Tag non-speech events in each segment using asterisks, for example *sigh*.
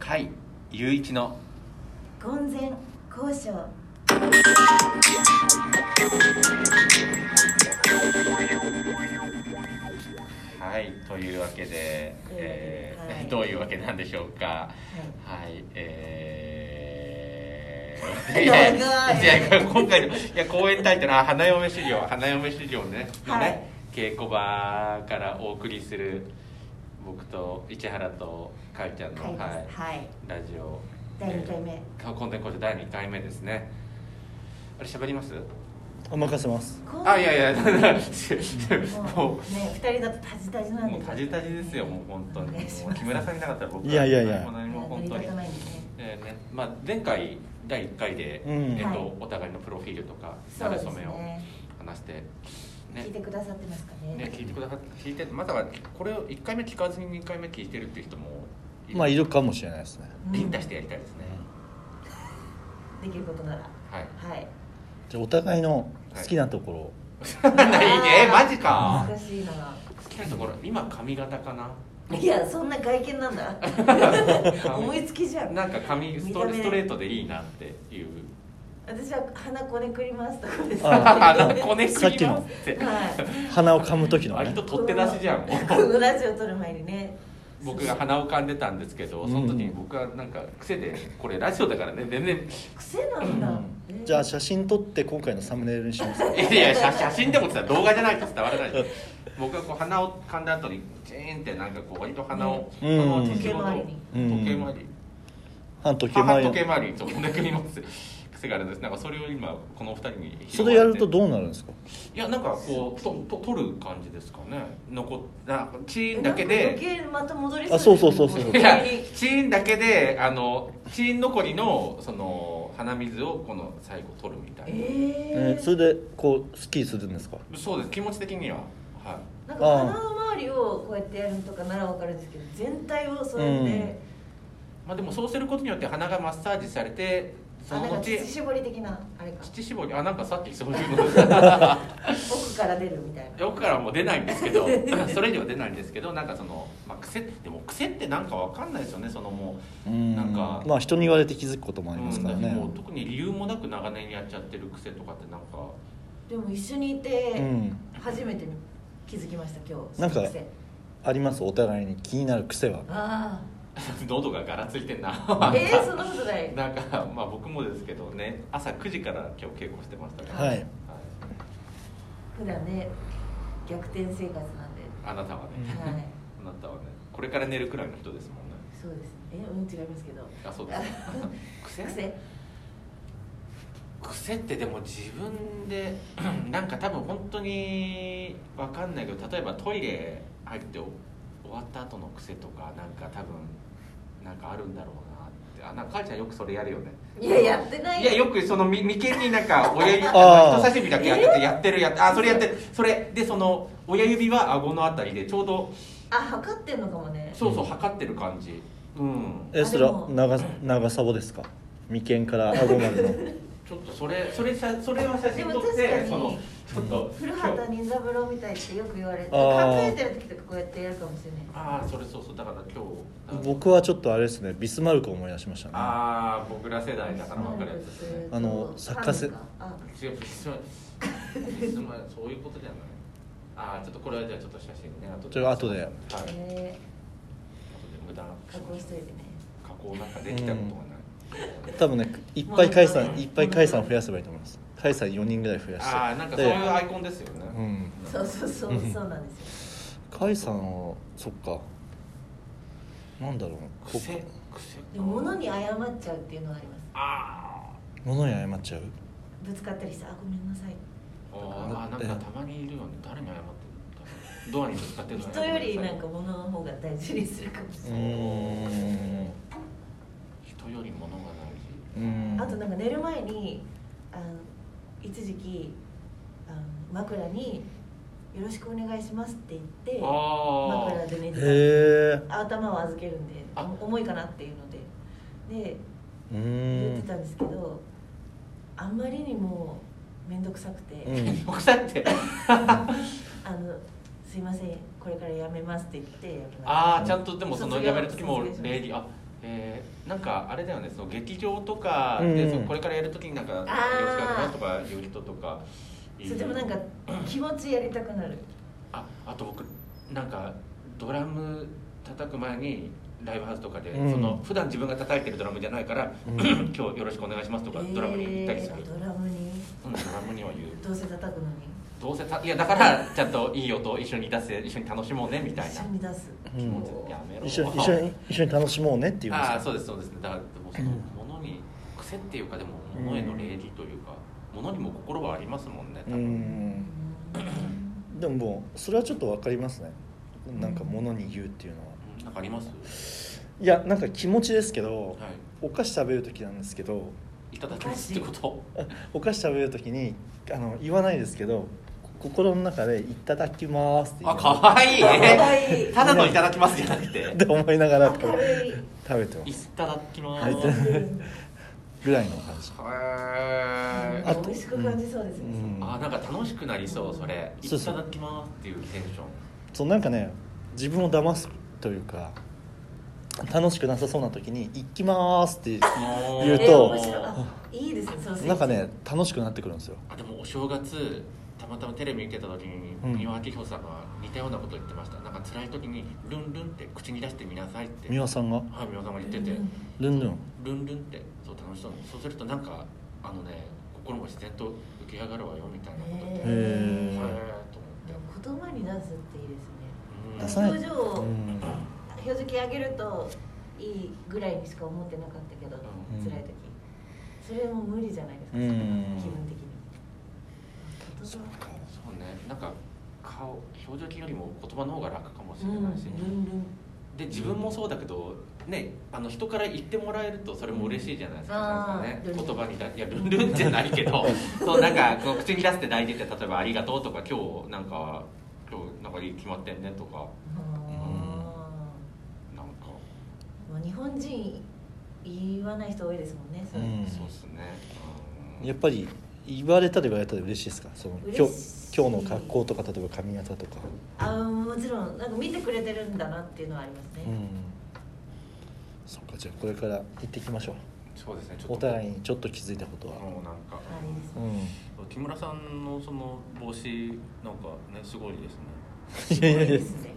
はい雄一の婚前交渉はいというわけで、えーはいどういうわけなんでしょうかはいえ *laughs* ーいやいや今回のいや公演タイトルは花嫁資料花嫁資料ねのね、はい稽古場からお送りする僕と市原とかいちゃんの、はいはいはいラジオ第二回目えーコンテンツ講座第2回目ですねあれ喋りますあ任せます婚前あいやいや *laughs* もうもうね二人だとタジタジなんもうでタジタジですよもう本当にお願いしもまうす木村さんいなかったら僕はいやいやいや何も何 *laughs* も本当に成り立たないんでねえーねまあ前回第1回でうんえっはといお互いのプロフィールとかそなうれですそめをね話してね聞いてくださってますかねね聞いてくださって聞いてまだこれを1回目聞かずに2回目聞いてるっていう人もまあいるかもしれないですねうんピン出してやりたいですねできることならはいはいじゃあお互いの好きなところを、い *laughs* いねマジか難しいな好きなところ今髪型か *laughs* ないやそんな外見なんだ思いつきじゃんなんか髪ストレ見たス目トレートでいいなっていう私は鼻こねくりますとかですああのこねすさっぎきまのすってはい鼻を噛む時の割ねと取って出しじゃんもうこのラジオ撮る前にね僕が鼻を噛んでたんですけどその時に僕はなんか癖でこれラジオだからね全然癖なんだ、うんじゃあ写真撮って今回のサムネイルにしますいやいや写写真でもさ動画じゃないと伝わらないで僕はこう鼻を噛んだ後にチーンってなんかこう割と鼻をうん鼻を時計元回りをにうん時計回り半時計母回り時の計回りとこねくります癖があるんですなんかそれを今この二人に広がってそれやるとどうなるんですかいやなんかこうとと取る感じですかね残っなチーンだけ余で計また戻りあそうそうそうそう余い計やにチーンだけであのチーン残りのその鼻水をこの最後取るみたいな、ええーーそれでこうスッキリするんですかそうです気持ち的にははいなんか鼻の周りをこうやってやるとかならわかるんですけど全体をそうやって、まあでもそうすることによって鼻がマッサージされてそあのなんか後乳絞り的なあれか乳搾りあなんかさっきそういうの奥から出るみたいな奥からはもう出ないんです *laughs* けどそれ以上は出ないんですけどなんかその、まあ、癖でも癖ってなんかわかんないですよねそのもううんなんかまあ人に言われて気づくこともありますからうんねもう特に理由もなく長年やっちゃってる癖とかってなんか *laughs* でも一緒にいて、うん初めて気づきました今日なんかその癖ありますお互いに気になる癖はあ喉がガラついてんなあえー、そんなことないなんかまあ僕もですけどね朝9時から今日稽古してましたから、はい普段ね逆転生活なんであなたはね、はいあなたはねこれから寝るくらいの人ですもんねそうですえうん違いますけどあそうです癖 *laughs* 癖癖ってでも自分で *clears throat* なんか多分本当にわかんないけど例えばトイレ入ってお終わった後の癖とかなんか多分なんかあるんだろうなってあなんか母ちゃんよくそれやるよねいややってないいやよくそのみ眉間になん *laughs* か親指あー人差し指だけやっててやってるやってあそれやってるそれでその親指は顎のあたりでちょうどあ測ってんのかもねそうそう測ってる感じうんえあそれでもは長長サボですか眉間から顎までのちょっとそれそれさそれは写で真も撮っ確かてにそのちょっと古畑任三郎みたいってよく言われてあ考えーてる時とかこうやってやるかもしれないああそれそうそうだから今 *laughs* 日僕はちょっとあれですねビスマルクを思い出しましたねああ僕ら世代だから分かるやつですねあの作家せファンかあ違う別に別にそういうことじゃないああちょっとこれはじゃあちょっと写真ね後でちょっと後ではい後でえ無駄ー加工しといてね加工なんかできたことがない、多分ねいっぱい解散まあいっぱい解散増やせばいいと思います解散4人ぐらい増やしてああなんかそうでいうアイコンですよね、うんそうそうそううんそうなんですよ解散をそっかなんだろう癖癖でも物に謝っちゃうっていうのはありますあ物に謝っちゃうぶつかったりしてあごめんなさいーあーなんかたまにいるよね誰に謝ってるのドアにぶつかってるの人よりなんか物の方が大事にするかもしれうないーん人より物がうーんあとなんか寝る前にあの一時期あの枕に「よろしくお願いします」って言って大事枕あで寝へてえた頭を預けるんであ重いかなっていうのででう言っーてんたんですけどあんまりにも面倒くさくて「うんあ *laughs* 僕だってあのすいませんこれからやめます」って言ってやめましたああちゃんとでもその卒業やめる時も卒業しま礼し儀あえーなんかあれだよねその劇場とかで、うんそのこれからやるときになんか「よろしくお願いします」とか言う人とかいるそれでもなんか気持ちやりたくなるああと僕なんかドラム叩く前にライブハウスとかで、うんその普段自分が叩いてるドラムじゃないから「うん *clears throat* 今日よろしくお願いします」とかえードラムに言ったりする、ドラムにうん、ドラムには言うどうせ叩くのにどうせたいやだからちゃんといい音を一緒に出せ一緒に楽しもうねみたい一な緒に出すう気持んちやめろ一緒に一緒に一緒に楽しもうねっていうんですああかーそうですそうですだからでもそのものに癖っていうかでもものへの礼儀というかものにも心はありますもんね多う分、んでももうそれはちょっと分かりますねなんか物に言うっていうのはうんなんかありますいやなんか気持ちですけどはお菓子食べる時なんですけどいいただきますってことお菓子食べる時にあの言わないですけど心の中で「いただきます」って言あう可愛いかわいいただのいただきますじゃなくてって思いながらこ明うるい食べてまいすただきまはいすいただぐらいの感じはあーい *laughs* と美味しく感じそうですね、うんあなんか楽しくなりそうそれいそうそうただきますっていうテンションそうなんかね自分を騙すというか楽しその楽しくなさそうな時に「行きます」って言うえーと面白いあいいですねそのスイッチなんかね楽しくなってくるんですよあでもお正月たまたまテレビ見てた時にうん三輪明宏さんが似たようなこと言ってました、なんか辛い時にルンルンって口に出してみなさいって美はい輪さんが三輪さんが言ってて、うんルンルンルンルンってそう楽しそうにそうするとなんかあのね心も自然と浮き上がるわよみたいなことってへへええと思っでも言葉に出すっていいですねて出さない表情をうん表情筋上げるといいぐらいにしか思ってなかったけど、うん辛い時それも無理じゃないですか、うん気分的にそうかそうねなんか顔表情筋よりも言葉の方が楽かもしうれん、ないし、ルンルンで自分もそうだけどねあの人から言ってもらえるとそれも嬉しいじゃないですか,、うんなんかあねー言葉にだいやルンルンじゃないけど *laughs* そうなんかこう口に出して大事って例えば「ありがとう」とか「今日なんか今日なんかいい決まってんね」とかあなんか、ーまあ日本人言わない人多いですもんねそれうんそうっすね、うんやっぱり言われたら言われたら嬉しいですかその今日嬉しい今日の格好とか例えば髪型とか、あーもちろんなんか見てくれてるんだなっていうのはありますね、うんそうかじゃあこれから行ってきましょうそうですねちょおっと互いにちょっと気づいたことはもうなんかあいいですうねん木村さんのその帽子なんかねすごいですいやいやいいやいですね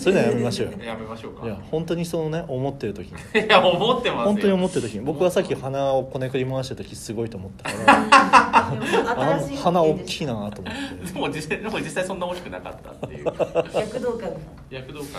そういうのはやめましょうよねやめましょうかいや本当にそのね思ってる時にいや思って *laughs* ますよ本当に思ってる時に僕はさっき鼻をこねくり回した時すごいと思った *laughs* からでもあ新しい *laughs* 鼻大きいななと思ってで *laughs* も実際でも実際そんな大きくなかったっていう躍動感が躍動感で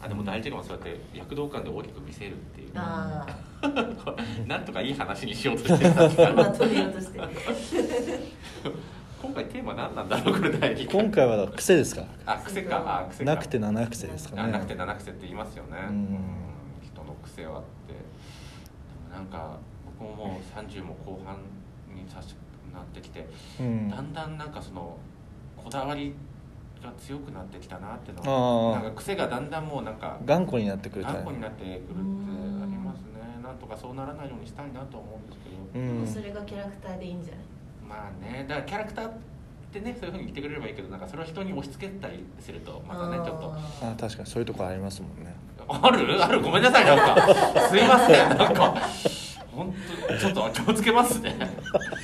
あでも大事かもそうやって躍動感で大きく見せるっていうああなんとかいい話にしようとしてたんですけま *laughs* どとめようとして。今回テーマ何なんだろうこれ大事今回は癖ですかあ癖かあ癖かなくて七癖ですかあねなくて七癖って言いますよね、うん人の癖はあってでもなんか僕ももう30も後半に差しなってきて、うんだんだんなんかそのこだわりが強くなってきたなっていうあのーはなんか癖がだんだんもうなんか頑固になってくるタイ頑プ固になってくるってありますねなんとかそうならないようにしたいなと思うんですけど、うんそれがキャラクターでいいんじゃない。まあねだからキャラクターってねそういうふうに言ってくれればいいけどなんかそれを人に押し付けたりするとまたねちょっとあ確かにそういうとこありますもんねあるあるごめんなさいなんかすいませんなんか本当ちょっと気をつけますねね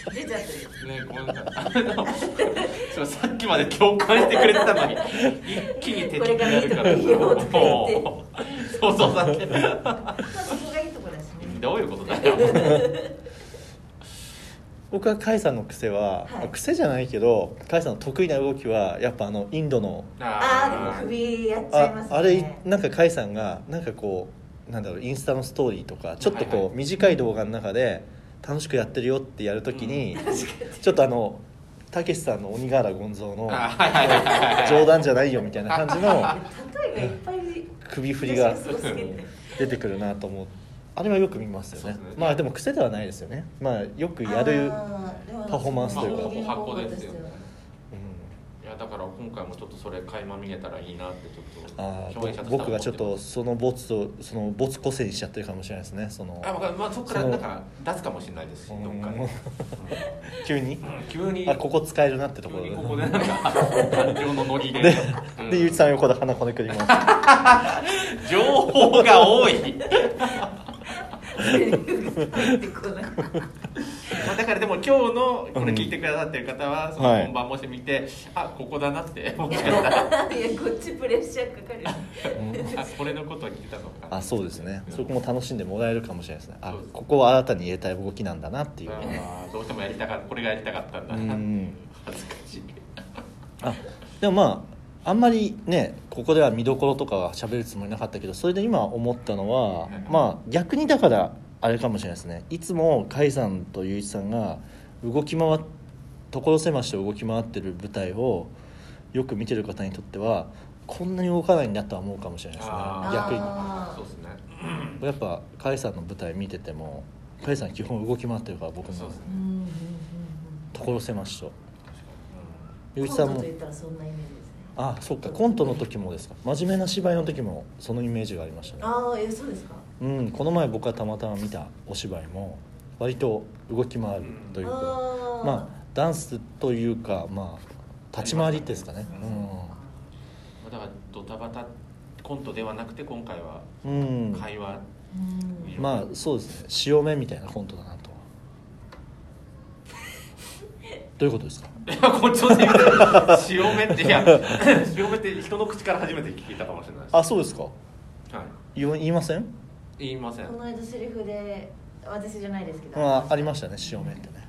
と。出ちゃってるよ。ごめんなさいあの *laughs* そうさっきまで共感してくれてたのに一気に敵になるからこれがいいとこだよとかそうそうさっきまあ、そこがいいとこだしね。どういうことだよ *laughs* 僕は甲斐さんの癖は、はい癖じゃないけど甲斐さんの得意な動きはやっぱあのインドのああ、でもー首やっちゃいまあすね。あれなんか甲斐さんがなんかこうなんだろうインスタのストーリーとかちょっとこう、はいはい短い動画の中で楽しくやってるよってやるときに、ちょっとあのたけしさんの鬼瓦権蔵のあはいはいはいはいはい冗談じゃないよみたいな感じ *laughs* の例えばいっぱい。首振りが私すごい好きで出てくるなと思うあれはよく見ますよねそうですねまあでも癖ではないですよねまあよくやる、あーでもパフォーマンスというかまあお箱ですよねういやだから今回もちょっとそれ垣間見れたらいいなってちょっん、あとー共演者としては思てます僕がちょっとそのボツとそのボツ個性にしちゃってるかもしれないですねそのあわかるまあそこからなんか出すかもしれないですしどっかうんで急にうん急にあここ使えるなってところ急でにここでなんか感情のノリででうでゆうちさんは横で鼻こねくります情報が多い入ってこない *laughs* まあ、だからでも今日のこれ聞いてくださってる方はそのはい本番もし見て、あここだなってもしか *laughs* したらいやこっちプレッシャーかかるあこれのことを聞いたのかなあそうですねそこも楽しんでもらえるかもしれないですねあそうですここは新たに入れたい動きなんだなっていうあーどうしてもやりたかったこれがやりたかったんだな *laughs* うん恥ずかしいあでもまああんまりねここでは見どころとかは喋るつもりなかったけどそれで今思ったのはまあ逆にだからあれかもしれないですねいつも甲斐さんと雄一さんが動き回っ所狭しと動き回ってる舞台をよく見てる方にとってはこんなに動かないんだとは思うかもしれないですねあー逆にあーそうですねやっぱ甲斐さんの舞台見てても甲斐さん基本動き回ってるから僕そうもですねうんうんうん所狭しと確かう雄ん一コンさトんとも言ったらそんなイメージですねあそっかコントの時もですか真面目な芝居の時もそのイメージがありましたねああえそうですかうん、この前僕がたまたま見たお芝居も割と動き回るというか、あーまあダンスというかまあ立ち回りですかねにうんまあだからドタバタコントではなくて今回はうん、うん会話、 *laughs* うんまあそうですね潮目みたいなコントだなとどういうことですかいやこっちのせい *laughs* で潮目っていや *laughs* 潮目って人の口から初めて聞いたかもしれないですあそうですかはい言わ言いません言いませんこの間セリフで私じゃないですけどまあありましたね潮目ってね